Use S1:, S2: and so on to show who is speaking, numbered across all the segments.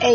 S1: e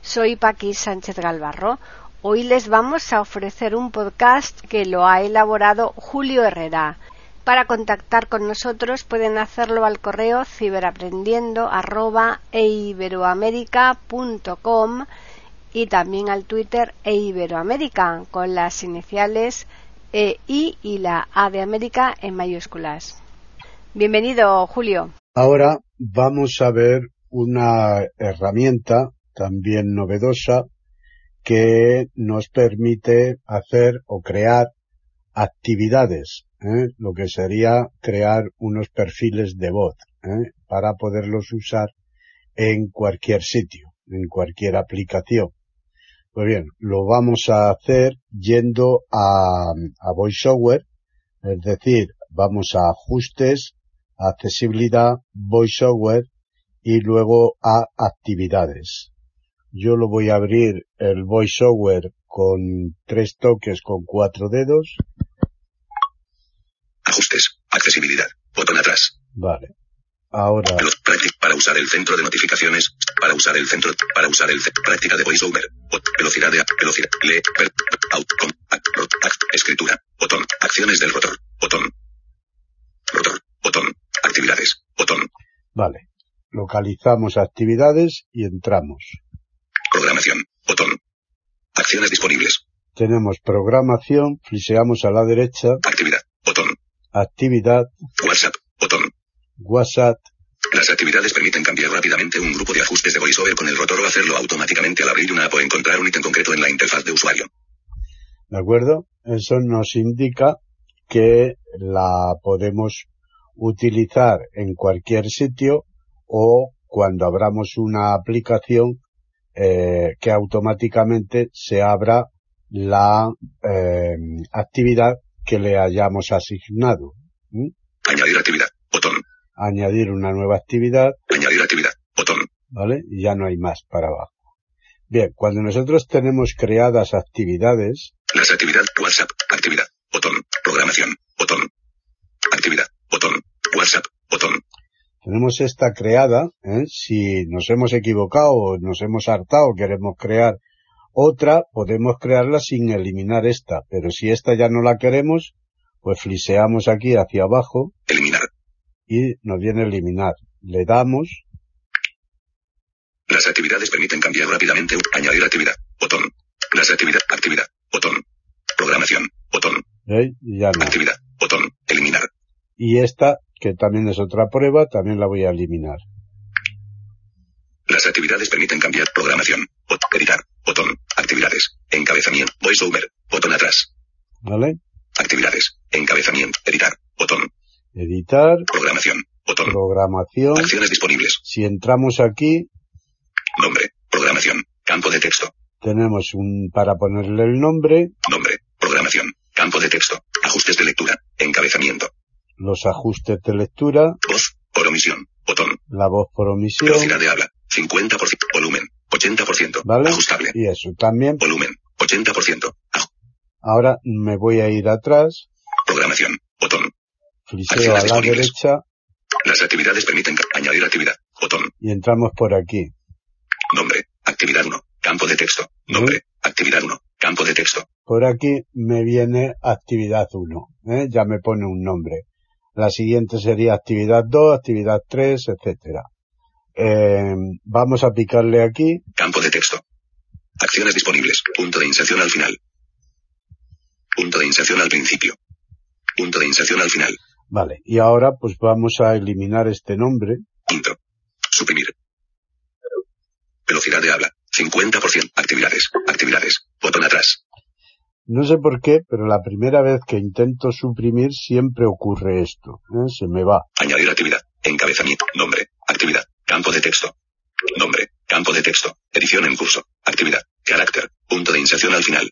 S1: Soy Paqui Sánchez Galvarro. Hoy les vamos a ofrecer un podcast que lo ha elaborado Julio Herrera. Para contactar con nosotros pueden hacerlo al correo ciberaprendiendo@eiberoamerica.com y también al Twitter eiberoamerica con las iniciales e I y la A de América en mayúsculas. Bienvenido, Julio.
S2: Ahora vamos a ver una herramienta también novedosa que nos permite hacer o crear actividades, ¿eh? lo que sería crear unos perfiles de voz ¿eh? para poderlos usar en cualquier sitio, en cualquier aplicación. Pues bien, lo vamos a hacer yendo a, a VoiceOver, es decir, vamos a ajustes, accesibilidad, VoiceOver y luego a actividades. Yo lo voy a abrir el VoiceOver con tres toques con cuatro dedos.
S3: Ajustes, accesibilidad, botón atrás.
S2: Vale. Ahora.
S3: Para usar el centro de notificaciones. Para usar el centro. Para usar el centro. Práctica de voiceover. Velocidad de. Velocidad. Le. Per, out, com, act, rot, act, escritura. Botón. Acciones del rotor. Botón. Rotor. Botón. Actividades. Botón.
S2: Vale. Localizamos actividades y entramos.
S3: Programación. Botón. Acciones disponibles.
S2: Tenemos programación. Fliseamos a la derecha.
S3: Actividad. Botón.
S2: Actividad.
S3: WhatsApp. Botón.
S2: WhatsApp.
S3: Las actividades permiten cambiar rápidamente un grupo de ajustes de VoiceOver con el rotor o hacerlo automáticamente al abrir una app o encontrar un ítem concreto en la interfaz de usuario.
S2: ¿De acuerdo? Eso nos indica que la podemos utilizar en cualquier sitio o cuando abramos una aplicación eh, que automáticamente se abra la eh, actividad que le hayamos asignado. ¿Mm?
S3: Añadir actividad. Botón
S2: añadir una nueva actividad.
S3: Añadir actividad. Botón.
S2: ¿Vale? Y ya no hay más para abajo. Bien, cuando nosotros tenemos creadas actividades.
S3: Las actividades WhatsApp, actividad, botón, programación, botón, actividad, botón, WhatsApp, botón.
S2: Tenemos esta creada, ¿eh? si nos hemos equivocado, nos hemos hartado, queremos crear otra, podemos crearla sin eliminar esta, pero si esta ya no la queremos, pues fliseamos aquí hacia abajo.
S3: Eliminar,
S2: y nos viene a eliminar. Le damos.
S3: Las actividades permiten cambiar rápidamente. Añadir actividad. Botón. Las actividades. Actividad. Botón. Programación. Botón.
S2: ¿Eh? Ya no.
S3: Actividad. Botón. Eliminar.
S2: Y esta, que también es otra prueba, también la voy a eliminar.
S3: Las actividades permiten cambiar programación. Bot editar. Botón. Actividades. Encabezamiento. VoiceOver. Botón atrás.
S2: ¿Vale?
S3: Actividades. Encabezamiento. Editar. Botón.
S2: Editar.
S3: Programación. Botón.
S2: Programación.
S3: Acciones disponibles.
S2: Si entramos aquí.
S3: Nombre. Programación. Campo de texto.
S2: Tenemos un para ponerle el nombre.
S3: Nombre. Programación. Campo de texto. Ajustes de lectura. Encabezamiento.
S2: Los ajustes de lectura.
S3: Voz. Por omisión. Botón.
S2: La voz por omisión.
S3: Velocidad de habla. 50%. Volumen. 80%.
S2: ¿Vale?
S3: Ajustable.
S2: Y eso también.
S3: Volumen. 80%. Aj
S2: Ahora me voy a ir atrás.
S3: Programación. Botón.
S2: Friseo a la derecha.
S3: Las actividades permiten añadir actividad. Botón.
S2: Y entramos por aquí.
S3: Nombre. Actividad 1. Campo de texto. Nombre. ¿Sí? Actividad 1. Campo de texto.
S2: Por aquí me viene actividad 1. ¿eh? Ya me pone un nombre. La siguiente sería actividad 2, actividad 3, etcétera. Eh, vamos a picarle aquí.
S3: Campo de texto. Acciones disponibles. Punto de inserción al final. Punto de inserción al principio. Punto de inserción al final.
S2: Vale, y ahora pues vamos a eliminar este nombre.
S3: Punto. Suprimir. Velocidad de habla. 50%. Actividades. Actividades. Botón atrás.
S2: No sé por qué, pero la primera vez que intento suprimir siempre ocurre esto. ¿eh? Se me va.
S3: Añadir actividad. Encabezamiento. Nombre. Actividad. Campo de texto. Nombre. Campo de texto. Edición en curso. Actividad. Carácter. Punto de inserción al final.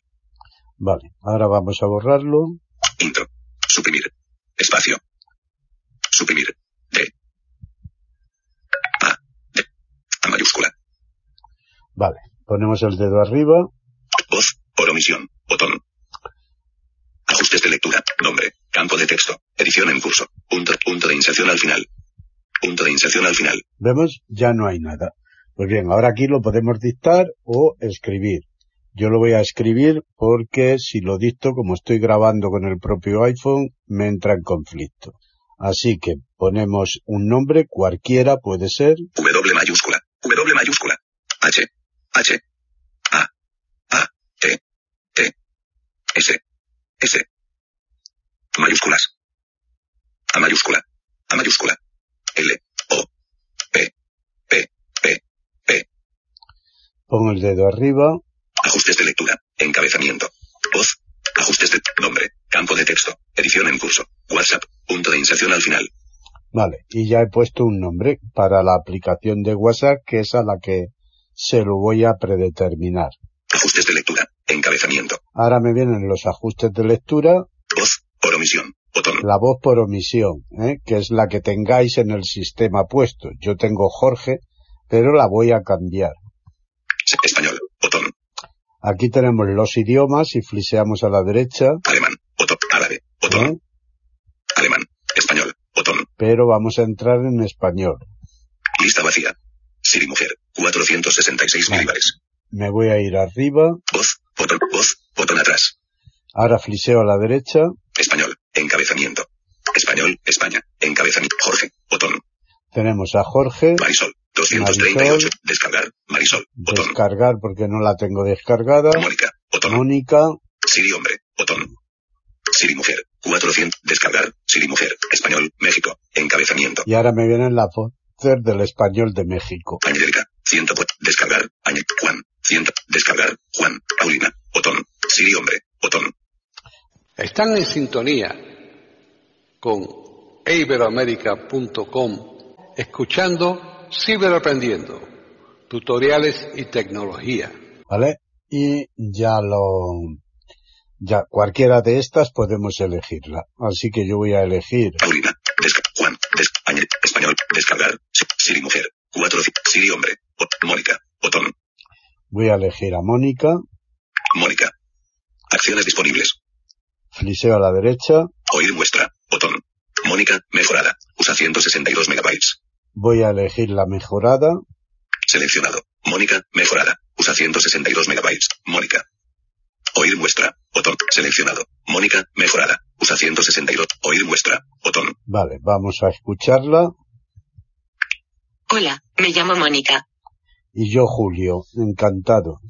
S2: Vale, ahora vamos a borrarlo.
S3: Intro. Suprimir. Espacio. Suprimir. D. A. D. A mayúscula.
S2: Vale, ponemos el dedo arriba.
S3: Voz. Por omisión. Botón. Ajustes de lectura. Nombre. Campo de texto. Edición en curso. Punto, punto de inserción al final. Punto de inserción al final.
S2: ¿Vemos? Ya no hay nada. Pues bien, ahora aquí lo podemos dictar o escribir. Yo lo voy a escribir porque si lo dicto, como estoy grabando con el propio iPhone, me entra en conflicto. Así que ponemos un nombre, cualquiera puede ser,
S3: W mayúscula. W mayúscula. H. H. A. A. T. T. S. S. Mayúsculas. A mayúscula. A mayúscula. L. O. P. P. P. P.
S2: pongo el dedo arriba,
S3: Ajustes de lectura. Encabezamiento. Voz. Ajustes de nombre. Campo de texto. Edición en curso. WhatsApp. Punto de inserción al final.
S2: vale, y ya he puesto un nombre para la aplicación de WhatsApp, que es a la que se lo voy a predeterminar.
S3: Ajustes de lectura. Encabezamiento.
S2: Ahora me vienen los ajustes de lectura,
S3: Voz. Por omisión. Botón.
S2: la voz por omisión, ¿eh? que es la que tengáis en el sistema puesto. Yo tengo Jorge, pero la voy a cambiar.
S3: S- Español. Botón.
S2: Aquí tenemos los idiomas y fliseamos a la derecha,
S3: Alemán. Botón. Árabe. Botón.
S2: ¿eh?
S3: Alemán. Español. Botón.
S2: pero vamos a entrar en español.
S3: Lista vacía. Siri Mujer. 466
S2: Vale.
S3: milibares.
S2: Me voy a ir arriba,
S3: Voz. Botón. Voz. Botón atrás.
S2: ahora fliseo a la derecha,
S3: Español. Encabezamiento. Español. España. Encabezamiento. Jorge. Botón.
S2: tenemos a Jorge,
S3: Marisol. 238.
S2: Marisol.
S3: Descargar. Marisol. Botón.
S2: descargar porque no la tengo descargada,
S3: Mónica. Botón.
S2: Mónica,
S3: Siri hombre. Botón. Siri mujer. 400. Descargar. Siri mujer. Español. México. Encabezamiento.
S2: y ahora me vienen las voces del español de México.
S3: Angélica. 100. po- Descargar. Añe. Juan. 100. Descargar. Juan. Paulina. Botón. Siri hombre. Botón.
S4: Están en sintonía con iberoamerica.com escuchando Ciberaprendiendo, tutoriales y tecnología.
S2: ¿vale? Y ya lo, ya cualquiera de estas podemos elegirla. Así que yo voy a elegir,
S3: Paulina. Desca Juan. Des Añe. Español. Descargar. Si- Siri mujer. 4. Siri hombre. Bo- Mónica. Botón.
S2: voy a elegir a Mónica,
S3: Mónica. Acciones disponibles.
S2: fliseo a la derecha,
S3: Oír muestra. Botón. Mónica. Mejorada. Usa 162 megabytes.
S2: voy a elegir la mejorada,
S3: Seleccionado. Mónica, mejorada. Usa 162 megabytes. Mónica. Oír muestra. Botón. Seleccionado. Mónica, mejorada. Usa 162. Oír muestra. Botón.
S2: vale, vamos a escucharla,
S5: Hola, me llamo Mónica.
S2: y yo Julio, encantado.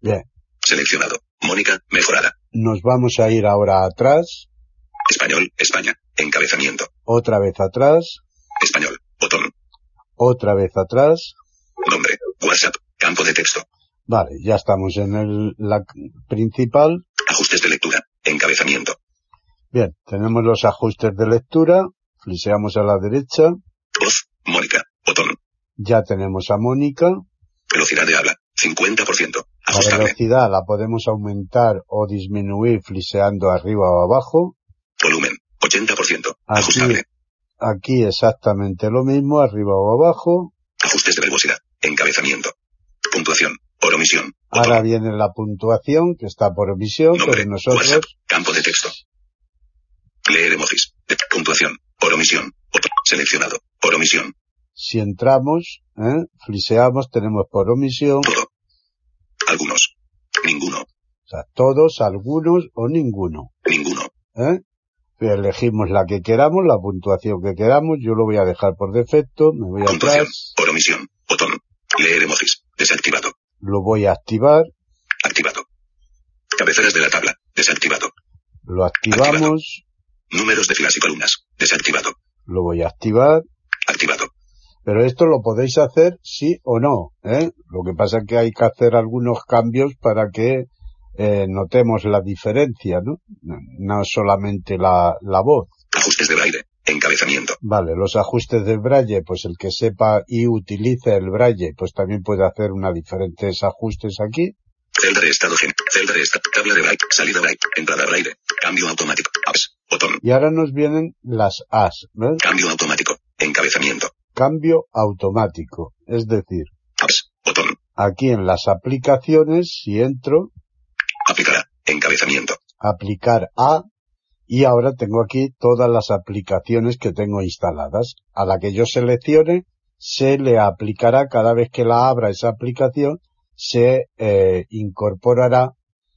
S2: Bien,
S3: Seleccionado. Mónica, mejorada.
S2: nos vamos a ir ahora atrás,
S3: Español, España. Encabezamiento.
S2: otra vez atrás,
S3: Español. Botón.
S2: otra vez atrás,
S3: Nombre. WhatsApp. Campo de texto.
S2: vale, ya estamos en el, la principal,
S3: Ajustes de lectura. Encabezamiento.
S2: Bien, tenemos los ajustes de lectura, fliseamos a la derecha,
S3: Voz. Mónica. Botón.
S2: ya tenemos a Mónica,
S3: Velocidad de habla. 50%.
S2: la
S3: Ajustable.
S2: velocidad la podemos aumentar o disminuir fliseando arriba o abajo,
S3: Volumen. 80%.
S2: Aquí.
S3: Ajustable.
S2: aquí exactamente lo mismo, arriba o abajo,
S3: Ajustes de verbosidad. Encabezamiento. Puntuación. Por omisión. Botón.
S2: ahora viene la puntuación que está por omisión,
S3: Nombre,
S2: pero pues nosotros,
S3: WhatsApp, campo de texto. Leer emojis. De- Puntuación. Por omisión. Botón. Seleccionado. Por omisión.
S2: si entramos, ¿eh? fliseamos, tenemos por omisión, o
S3: Todo. Algunos. Ninguno.
S2: sea, todos, algunos o ninguno.
S3: Ninguno.
S2: ¿eh? Elegimos la que queramos, la puntuación que queramos, yo lo voy a dejar por defecto, me voy
S3: Puntuación.
S2: atrás,
S3: Por omisión. Botón. Leer emojis. Desactivado.
S2: lo voy a activar,
S3: Activado. Cabeceras de la tabla. Desactivado.
S2: lo activamos,
S3: Números de filas y columnas. Desactivado.
S2: lo voy a activar,
S3: Activado.
S2: pero esto lo podéis hacer sí o no, ¿eh? Lo que pasa es que hay que hacer algunos cambios para que eh, notemos la diferencia, ¿no? No- No solamente la, la voz.
S3: Ajustes de braille. Encabezamiento.
S2: Vale, los ajustes del braille, pues el que sepa y utilice el braille, pues también puede hacer unos diferentes ajustes aquí.
S3: Celda de estado gen. Celda de estado. Tabla de braille. Salida braille. Entrada braille. Cambio automático. Apps. Botón.
S2: Y ahora nos vienen las as, ¿no?
S3: Cambio automático. Encabezamiento.
S2: Cambio automático. Es decir,
S3: Apps. Botón.
S2: aquí en las aplicaciones, si entro,
S3: Aplicará. Encabezamiento.
S2: aplicar a, y ahora tengo aquí todas las aplicaciones que tengo instaladas. A la que yo seleccione, se le aplicará cada vez que la abra esa aplicación, se eh, incorporará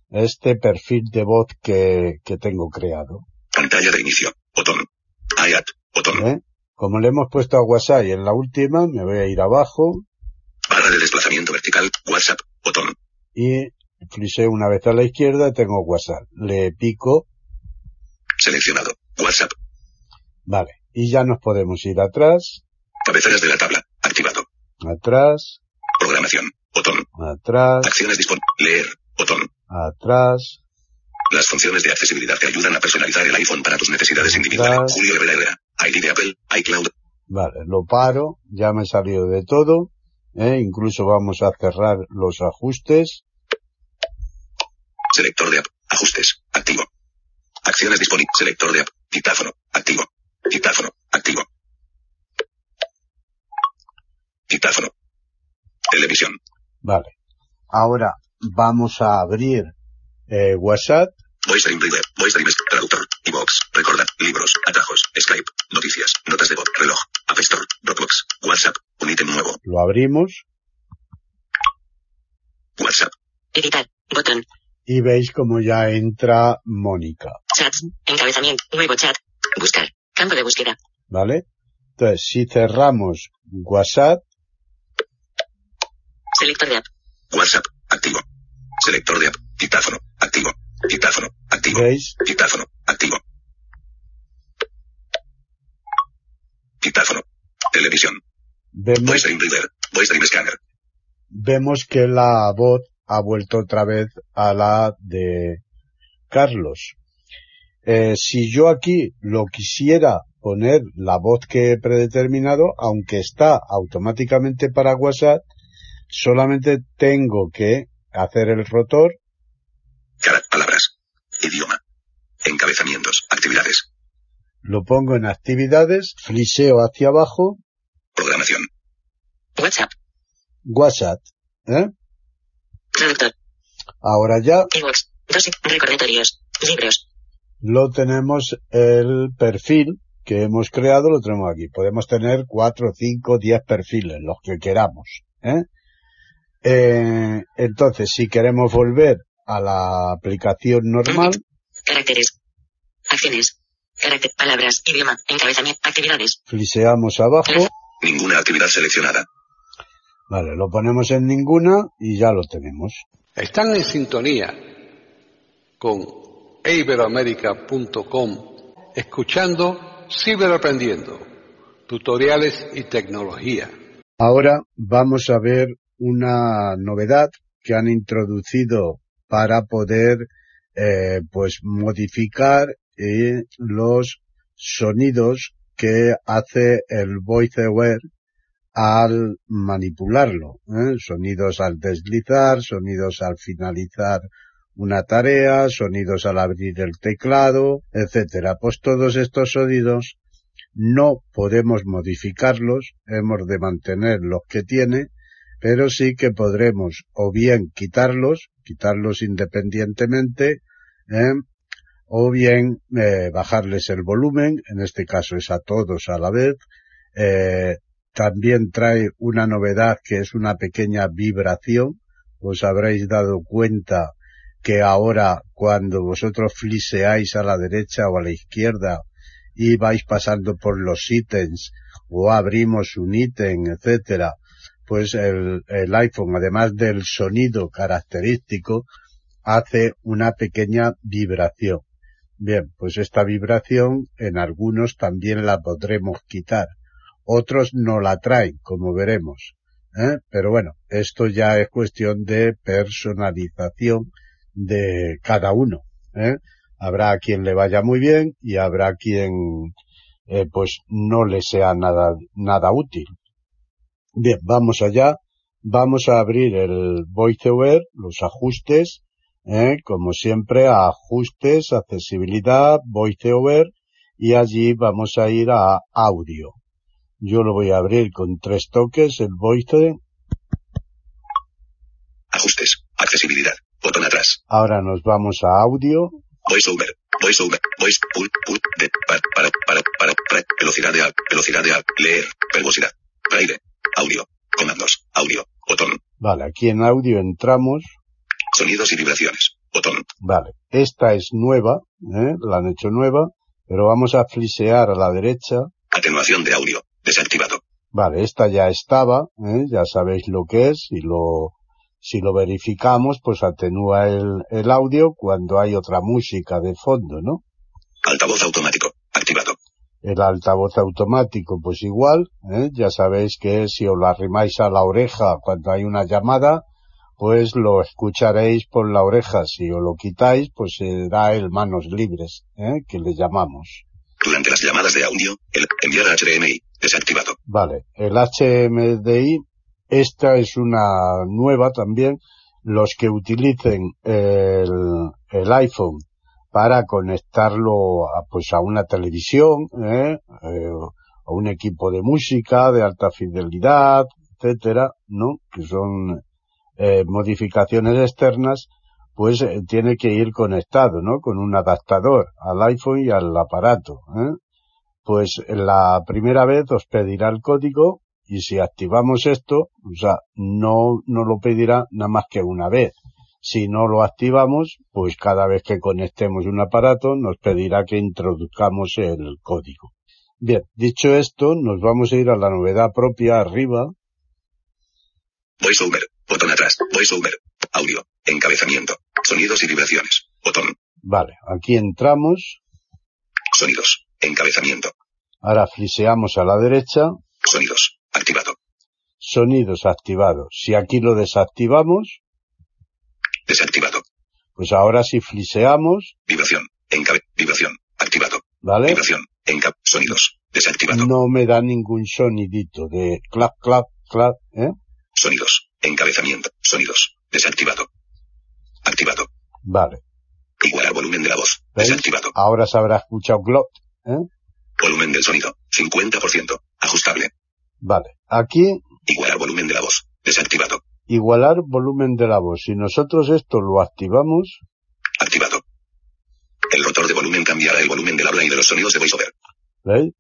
S2: este perfil de voz que, que tengo creado.
S3: Pantalla de inicio. Botón. IAT. Botón.
S2: ¿eh? Como le hemos puesto a WhatsApp y en la última, me voy a ir abajo
S3: Barra de desplazamiento vertical. WhatsApp. Botón.
S2: y friseo una vez a la izquierda, tengo WhatsApp. Le pico,
S3: Seleccionado. WhatsApp.
S2: vale. Y ya nos podemos ir atrás,
S3: Cabeceras de la tabla. Activado.
S2: atrás,
S3: Programación. Botón.
S2: atrás,
S3: Acciones disponibles. Leer. Botón.
S2: atrás,
S3: Las funciones de accesibilidad que ayudan a personalizar el iPhone para tus necesidades individuales.
S2: Claro.
S3: Julio Herrera Herrera. ID de Apple. iCloud.
S2: Vale, lo paro, ya me he salido de todo, ¿eh? incluso vamos a cerrar los ajustes,
S3: Selector de app. Ajustes. Activo. Acciones disponibles. Selector de app. Titáfono. Activo. Titáfono. Activo. Titáfono. Televisión.
S2: vale. Ahora vamos a abrir eh, WhatsApp,
S3: Voice Dream Reader. Voice Dream Est- Traductor. iVox. Recorda. Libros. Atajos. Skype. Noticias. Notas de voz. Reloj. App Store. Dropbox. WhatsApp. Un ítem nuevo.
S2: lo abrimos
S3: WhatsApp.
S5: Editar. Botón.
S2: y veis como ya entra Mónica,
S5: Chats. Encabezamiento. Nuevo chat. Buscar. Campo de búsqueda.
S2: ¿vale? Entonces, si cerramos WhatsApp,
S5: Selector de app.
S3: WhatsApp. Activo. Selector de app. Titáfono. Activo. Titáfono. Activo.
S2: veis,
S3: Titáfono. Activo. Titáfono. Televisión.
S2: vemos,
S3: Voice Dream Reader. Voice Dream Scanner.
S2: vemos que la voz ha vuelto otra vez a la de Carlos. Eh, si yo aquí lo quisiera poner la voz que he predeterminado, aunque está automáticamente para WhatsApp, solamente tengo que hacer el rotor,
S3: Cara. Palabras. Idioma. Encabezamientos. Actividades.
S2: lo pongo en actividades, friseo hacia abajo,
S3: Programación.
S5: WhatsApp.
S2: WhatsApp. ¿eh?
S5: Traductor.
S2: Ahora ya
S5: Evox. Dos. Recordatorios. Libros.
S2: lo tenemos el perfil que hemos creado, lo tenemos aquí. Podemos tener 4, 5, 10 perfiles, los que queramos. ¿eh? Eh, entonces, si queremos volver a la aplicación normal,
S5: Caracteres. Acciones. Carácter. Palabras. Idioma. Encabezamiento. Actividades.
S2: fliseamos abajo,
S3: Ninguna actividad seleccionada.
S2: vale, lo ponemos en ninguna y ya lo tenemos.
S4: Están en sintonía con iberoamerica.com escuchando Ciberaprendiendo, tutoriales y tecnología.
S2: Ahora vamos a ver una novedad que han introducido para poder eh, pues modificar eh, los sonidos que hace el voiceover al manipularlo. ¿eh? Sonidos al deslizar, sonidos al finalizar una tarea, sonidos al abrir el teclado, etcétera. Pues todos estos sonidos no podemos modificarlos, hemos de mantener los que tiene, pero sí que podremos o bien quitarlos, quitarlos independientemente, ¿eh? o bien eh, bajarles el volumen, en este caso es a todos a la vez. Eh, también trae una novedad que es una pequeña vibración. Os habréis dado cuenta que ahora cuando vosotros fliseáis a la derecha o a la izquierda, y vais pasando por los ítems o abrimos un ítem, etcétera, pues el, el iPhone, además del sonido característico, hace una pequeña vibración. Bien, pues esta vibración en algunos también la podremos quitar. Otros no la traen, como veremos. ¿eh? Pero bueno, esto ya es cuestión de personalización de cada uno. ¿eh? habrá a quien le vaya muy bien y habrá quien eh, pues no le sea nada, nada útil. Bien, vamos allá. Vamos a abrir el VoiceOver, los ajustes, eh, como siempre, a ajustes, accesibilidad, VoiceOver, y allí vamos a ir a audio. Yo lo voy a abrir con tres toques, el voice.
S3: Ajustes. Accesibilidad. Botón atrás.
S2: Ahora nos vamos a audio,
S3: VoiceOver. VoiceOver. Voice. Pull. Pull. De. Para. Para. Para. Para. para velocidad de. al- Velocidad de. al- Leer. Verbosidad. Braille. Audio. Comandos. Audio. Botón.
S2: Vale, aquí en audio entramos.
S3: Sonidos y vibraciones. Botón.
S2: Vale, esta es nueva, ¿eh? la han hecho nueva, pero vamos a flisear a la derecha.
S3: Atenuación de audio. Desactivado.
S2: Vale, esta ya estaba, ¿eh? ya sabéis lo que es, y lo, si lo verificamos, pues atenúa el, el audio cuando hay otra música de fondo, ¿no?
S3: Altavoz automático. Activado.
S2: El altavoz automático, pues igual, ¿eh? ya sabéis que si os lo arrimáis a la oreja cuando hay una llamada, pues lo escucharéis por la oreja. Si os lo quitáis, pues será el manos libres, ¿eh? que le llamamos.
S3: Durante las llamadas de audio. El. Enviar a HDMI. Desactivado.
S2: Vale, el HMDI, esta es una nueva también. Los que utilicen el, el iPhone para conectarlo a, pues a una televisión, ¿eh? Eh, a un equipo de música de alta fidelidad, etcétera, ¿no? Que son eh, modificaciones externas, pues eh, tiene que ir conectado, ¿no? Con un adaptador al iPhone y al aparato, ¿eh? pues la primera vez os pedirá el código y si activamos esto, o sea, no, no lo pedirá nada más que una vez. Si no lo activamos, pues cada vez que conectemos un aparato nos pedirá que introduzcamos el código. Bien, dicho esto, nos vamos a ir a la novedad propia arriba.
S3: VoiceOver. Botón atrás. VoiceOver. Audio. Encabezamiento. Sonidos y vibraciones. Botón.
S2: Vale, aquí entramos.
S3: Sonidos. Encabezamiento.
S2: Ahora fliseamos a la derecha.
S3: Sonidos. Activado.
S2: Sonidos activados. Si aquí lo desactivamos,
S3: Desactivado.
S2: pues ahora si fliseamos,
S3: Vibración. Encabe. Vibración. Activado.
S2: ¿vale?
S3: Vibración. Encap. Sonidos. Desactivado.
S2: ¿Eh? no me da ningún sonidito de clap, clap, clap, ¿eh?
S3: Sonidos. Encabezamiento. Sonidos. Desactivado. Activado.
S2: Vale.
S3: Igualar volumen de la voz.
S2: ¿Veis?
S3: Desactivado.
S2: Ahora se habrá escuchado glop, ¿eh?
S3: Volumen del sonido. 50%. Ajustable.
S2: Vale. Aquí,
S3: Igualar volumen de la voz. Desactivado.
S2: igualar volumen de la voz. Si nosotros esto lo activamos,
S3: Activado. El rotor de volumen cambiará el volumen del habla y de los sonidos de VoiceOver.
S2: ¿veis?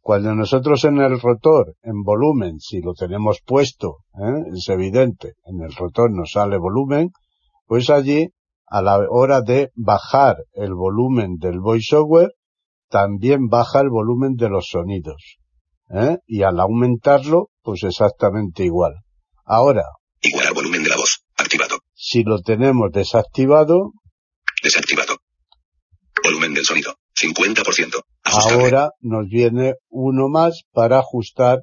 S2: Cuando nosotros en el rotor, en volumen, si lo tenemos puesto, ¿eh? es evidente, en el rotor nos sale volumen, pues allí, a la hora de bajar el volumen del voiceover, también baja el volumen de los sonidos. ¿eh? Y al aumentarlo, pues exactamente igual. Ahora,
S3: Igualar volumen de la voz. Activado.
S2: si lo tenemos desactivado,
S3: Desactivado. Volumen del sonido. 50%. Ajustable.
S2: ahora nos viene uno más para ajustar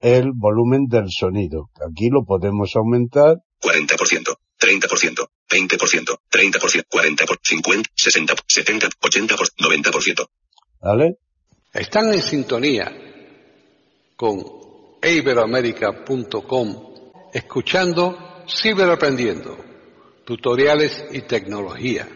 S2: el volumen del sonido. Aquí lo podemos aumentar
S3: 40%, 30%, 20%, 30%, 40%, 50%, 60%, 70%, 80%, 90%.
S2: ¿Vale?
S4: Están en sintonía con iberoamerica.com escuchando Ciberaprendiendo, tutoriales y tecnología.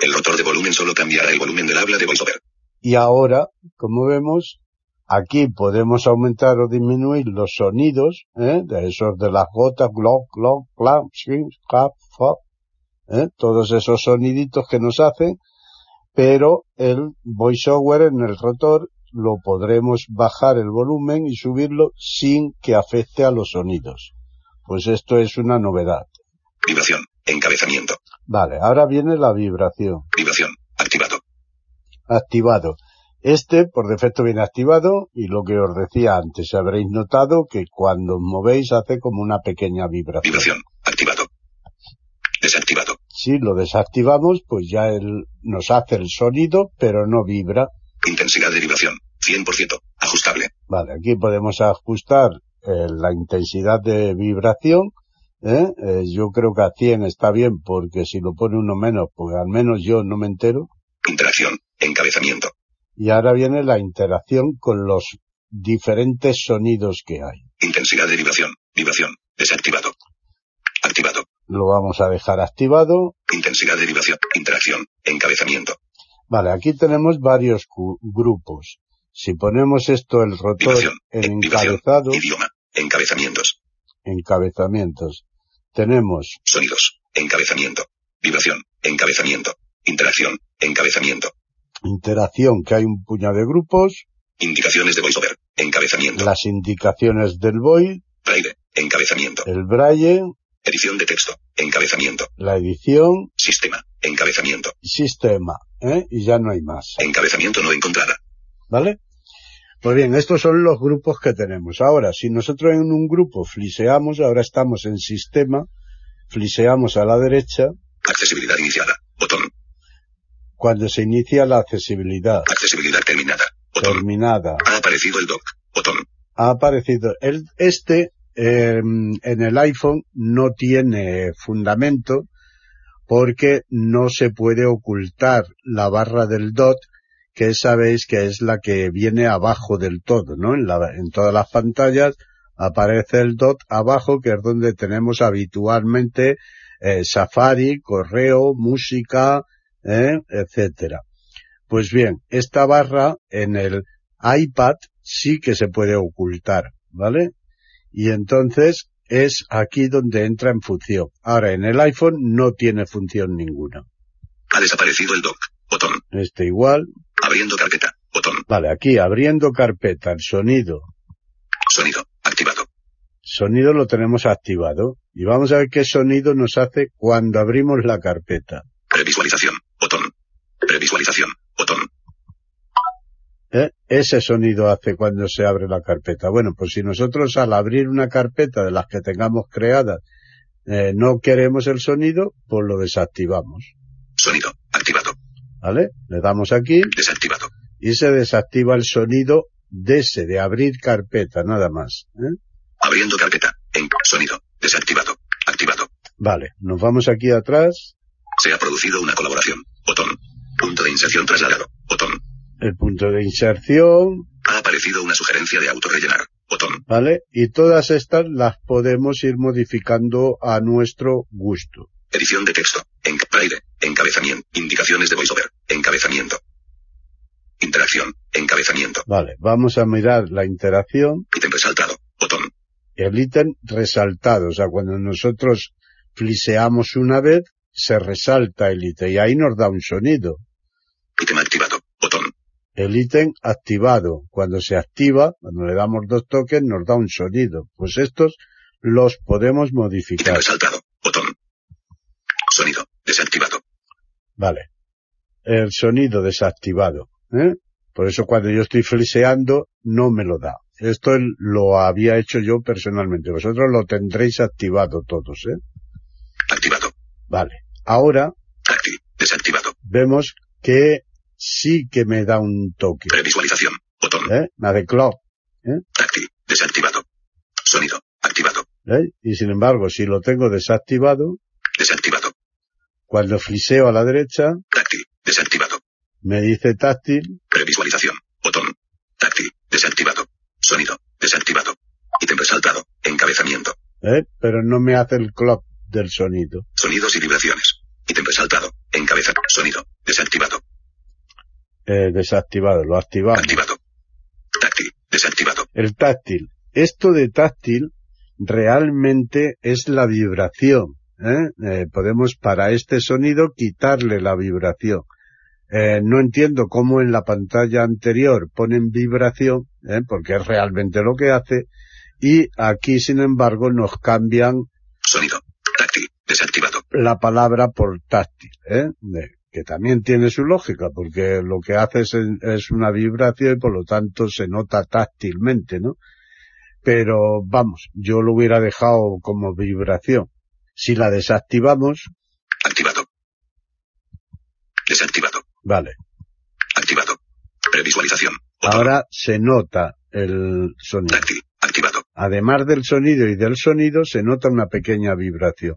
S3: El rotor de volumen solo cambiará el volumen del habla de VoiceOver.
S2: Y ahora, como vemos, aquí podemos aumentar o disminuir los sonidos, ¿eh? de esos de las gotas, glock, glock, clap, shim, clap, fop, ¿eh? todos esos soniditos que nos hacen, pero el voiceover en el rotor lo podremos bajar el volumen y subirlo sin que afecte a los sonidos. Pues esto es una novedad.
S3: Vibración, encabezamiento,
S2: Vale, ahora viene la vibración.
S3: vibración, activado,
S2: activado. Este por defecto viene activado y lo que os decía antes, habréis notado que cuando os movéis hace como una pequeña vibración.
S3: vibración, activado, desactivado,
S2: Si lo desactivamos, pues ya él nos hace el sonido, pero no vibra.
S3: intensidad de vibración, 100%, ajustable,
S2: Vale, aquí podemos ajustar eh, la intensidad de vibración. ¿eh? Eh, yo creo que a 100 está bien porque si lo pone uno menos, pues al menos yo no me entero.
S3: interacción, encabezamiento,
S2: Y ahora viene la interacción con los diferentes sonidos que hay.
S3: Intensidad de vibración. Vibración. Desactivado. Activado.
S2: Lo vamos a dejar activado.
S3: Intensidad de vibración. Interacción. Encabezamiento.
S2: Vale, aquí tenemos varios cu- grupos. Si ponemos esto el rotor
S3: Vibración.
S2: en
S3: eh, vibración.
S2: encabezado,
S3: Idioma. Encabezamientos.
S2: encabezamientos, tenemos
S3: Sonidos. Encabezamiento. Vibración. Encabezamiento. Interacción. Encabezamiento.
S2: interacción, que hay un puñado de grupos,
S3: Indicaciones de voiceover. Encabezamiento.
S2: las indicaciones del BOI,
S3: Braille. Encabezamiento.
S2: el braille,
S3: Edición de texto. Encabezamiento.
S2: la edición,
S3: Sistema. Encabezamiento.
S2: sistema, ¿eh? y ya no hay más.
S3: Encabezamiento no encontrada.
S2: ¿Vale? Pues bien, estos son los grupos que tenemos. Ahora, si nosotros en un grupo fliseamos, ahora estamos en sistema, fliseamos a la derecha,
S3: Accesibilidad iniciada. Botón.
S2: cuando se inicia la accesibilidad
S3: Accesibilidad terminada. Botón.
S2: terminada,
S3: Ha aparecido el dock. Botón.
S2: ha aparecido. El, este eh, en el iPhone no tiene fundamento porque no se puede ocultar la barra del dot que sabéis que es la que viene abajo del todo, ¿no? En, la- en todas las pantallas aparece el dot abajo que es donde tenemos habitualmente eh, Safari, correo, música, ¿eh? etcétera. Pues bien, esta barra en el iPad sí que se puede ocultar, ¿vale? Y entonces es aquí donde entra en función. Ahora, en el iPhone no tiene función ninguna.
S3: Ha desaparecido el dock. Botón.
S2: Este igual.
S3: Abriendo carpeta. Botón.
S2: Vale, aquí abriendo carpeta, el sonido.
S3: Sonido. Activado.
S2: Sonido lo tenemos activado. Y vamos a ver qué sonido nos hace cuando abrimos la carpeta.
S3: Previsualización. Botón. Previsualización. Botón.
S2: ¿eh? Ese sonido hace cuando se abre la carpeta. Bueno, pues si nosotros al abrir una carpeta de las que tengamos creadas eh, no queremos el sonido, pues lo desactivamos.
S3: Sonido. Activado.
S2: ¿Vale? Le damos aquí
S3: Desactivado.
S2: y se desactiva el sonido de ese, de abrir carpeta, nada más. ¿eh?
S3: Abriendo carpeta. En sonido. Desactivado. Activado.
S2: Vale, nos vamos aquí atrás,
S3: Se ha producido una colaboración. Botón. Punto de inserción trasladado. Botón.
S2: el punto de inserción,
S3: Ha aparecido una sugerencia de autorrellenar. Botón.
S2: ¿vale? Y todas estas las podemos ir modificando a nuestro gusto.
S3: Edición de texto. En braille. Encabezamiento. Indicaciones de voiceover. Encabezamiento. Interacción. Encabezamiento.
S2: Vale, vamos a mirar la interacción,
S3: Ítem resaltado. Botón.
S2: el ítem resaltado, o sea, cuando nosotros fliseamos una vez, se resalta el ítem y ahí nos da un sonido.
S3: Ítem activado. Botón.
S2: el ítem activado. Cuando se activa, cuando le damos dos toques, nos da un sonido. Pues estos los podemos
S3: Ítem
S2: modificar.
S3: resaltado. Botón. Sonido. Desactivado.
S2: Vale. El sonido desactivado. ¿eh? Por eso cuando yo estoy fliseando, no me lo da. Esto el- lo había hecho yo personalmente. Vosotros lo tendréis activado todos, ¿eh?
S3: Activado.
S2: Vale. Ahora
S3: Táctil. Desactivado.
S2: vemos que sí que me da un toque.
S3: Previsualización. Botón.
S2: ¿eh? Me hace clock.
S3: Táctil. Desactivado. Sonido. Activado.
S2: ¿eh? Y sin embargo, si lo tengo desactivado,
S3: Desactivado.
S2: cuando fliseo a la derecha,
S3: Táctil. Desactivado.
S2: me dice táctil,
S3: Previsualización. Botón. Táctil. Desactivado. Sonido. Desactivado. Ítem resaltado. Encabezamiento.
S2: ¿eh? pero no me hace el clock del sonido.
S3: Sonidos y vibraciones. Ítem resaltado. Encabeza. Sonido. Desactivado.
S2: Eh, desactivado, lo activamos.
S3: Activado. Táctil. Desactivado.
S2: El táctil. Esto de táctil realmente es la vibración. ¿eh? Eh, podemos para este sonido quitarle la vibración. Eh, no entiendo cómo en la pantalla anterior ponen vibración, ¿eh? porque es realmente lo que hace, y aquí sin embargo nos cambian
S3: Sonido. Táctil. Desactivado.
S2: la palabra por táctil, ¿eh? De- que también tiene su lógica, porque lo que hace es, es una vibración y por lo tanto se nota táctilmente, ¿no? Pero vamos, yo lo hubiera dejado como vibración. Si la desactivamos,
S3: Activado. Desactivado.
S2: vale,
S3: Activado. Previsualización. Botón.
S2: ahora se nota el sonido.
S3: Táctil. Activado.
S2: Además del sonido y del sonido, se nota una pequeña vibración.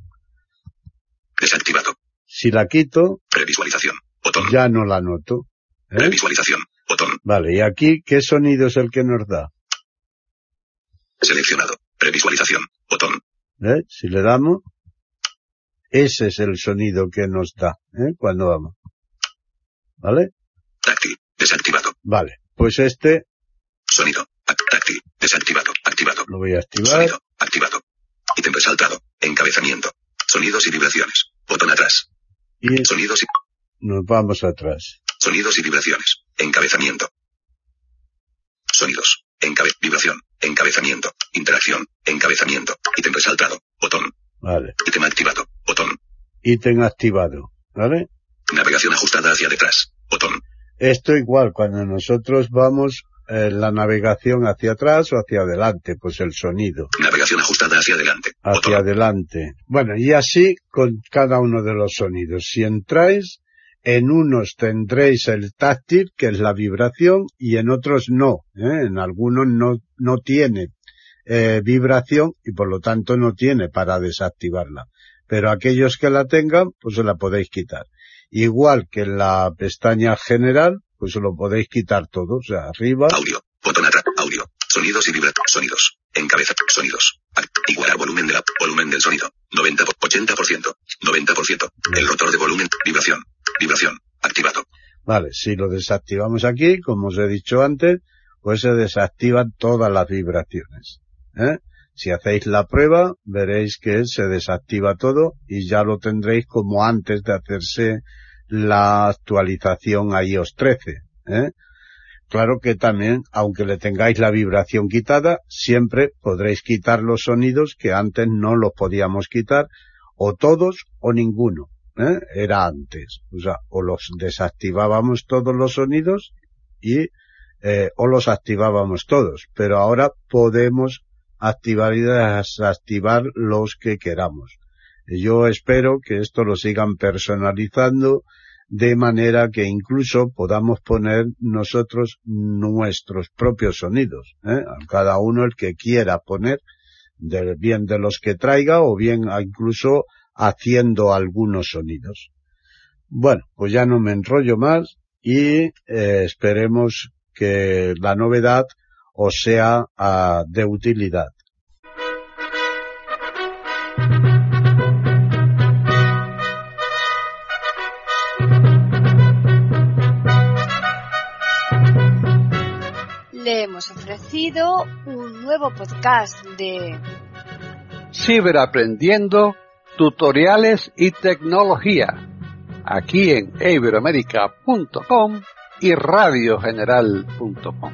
S3: Desactivado.
S2: Si la quito,
S3: Previsualización. Botón.
S2: ya no la noto. ¿eh?
S3: Previsualización. Botón.
S2: Vale, y aquí, ¿qué sonido es el que nos da?
S3: Seleccionado. Previsualización. Botón.
S2: ¿Eh? Si le damos, ese es el sonido que nos da, ¿eh? Cuando vamos. ¿Vale?
S3: Táctil. Desactivado.
S2: Vale. Pues este
S3: Sonido. Ac- Táctil. Desactivado. Activado.
S2: lo voy a activar.
S3: Sonido. Activado. Ítem resaltado. Encabezamiento. Sonidos y vibraciones. Botón atrás.
S2: Y
S3: Sonidos y,
S2: nos vamos atrás.
S3: sonidos y vibraciones. Encabezamiento. Sonidos. Encabe, vibración. Encabezamiento. Interacción. Encabezamiento. Ítem resaltado. Botón.
S2: Vale.
S3: Ítem activado. Botón.
S2: Ítem activado. ¿Vale?
S3: Navegación ajustada hacia detrás. Botón.
S2: Esto igual, cuando nosotros vamos eh, la navegación hacia atrás o hacia adelante, pues el sonido
S3: Navegación ajustada hacia adelante.
S2: hacia
S3: Botón.
S2: adelante. Bueno, y así con cada uno de los sonidos. Si entráis, en unos tendréis el táctil, que es la vibración, y en otros no. ¿eh? En algunos no, no tiene eh, vibración y por lo tanto no tiene para desactivarla. Pero aquellos que la tengan, pues se la podéis quitar. Igual que en la pestaña general, pues se lo podéis quitar todo, o sea, arriba,
S3: Audio. Botón atrás. Audio. Sonidos y vibra. Sonidos. Encabeza. Sonidos. Act- Igualar volumen de la, volumen del sonido. 90, po- 80%. 90%. El rotor de volumen. Vibración. Vibración. Activado.
S2: Vale, si lo desactivamos aquí, como os he dicho antes, pues se desactivan todas las vibraciones. ¿eh? Si hacéis la prueba, veréis que se desactiva todo y ya lo tendréis como antes de hacerse la actualización a iOS 13. ¿eh? Claro que también, aunque le tengáis la vibración quitada, siempre podréis quitar los sonidos que antes no los podíamos quitar, o todos o ninguno. ¿eh? Era antes. O sea, o los desactivábamos todos los sonidos y eh, o los activábamos todos. Pero ahora podemos activar y desactivar los que queramos. Yo espero que esto lo sigan personalizando de manera que incluso podamos poner nosotros nuestros propios sonidos, ¿eh? A cada uno el que quiera poner, del bien de los que traiga o bien a- incluso haciendo algunos sonidos. Bueno, pues ya no me enrollo más y eh, esperemos que la novedad os sea ah, de utilidad.
S1: Le hemos ofrecido un nuevo podcast de
S4: Ciberaprendiendo, tutoriales y tecnología. Aquí en iberoamérica.com y radiogeneral.com.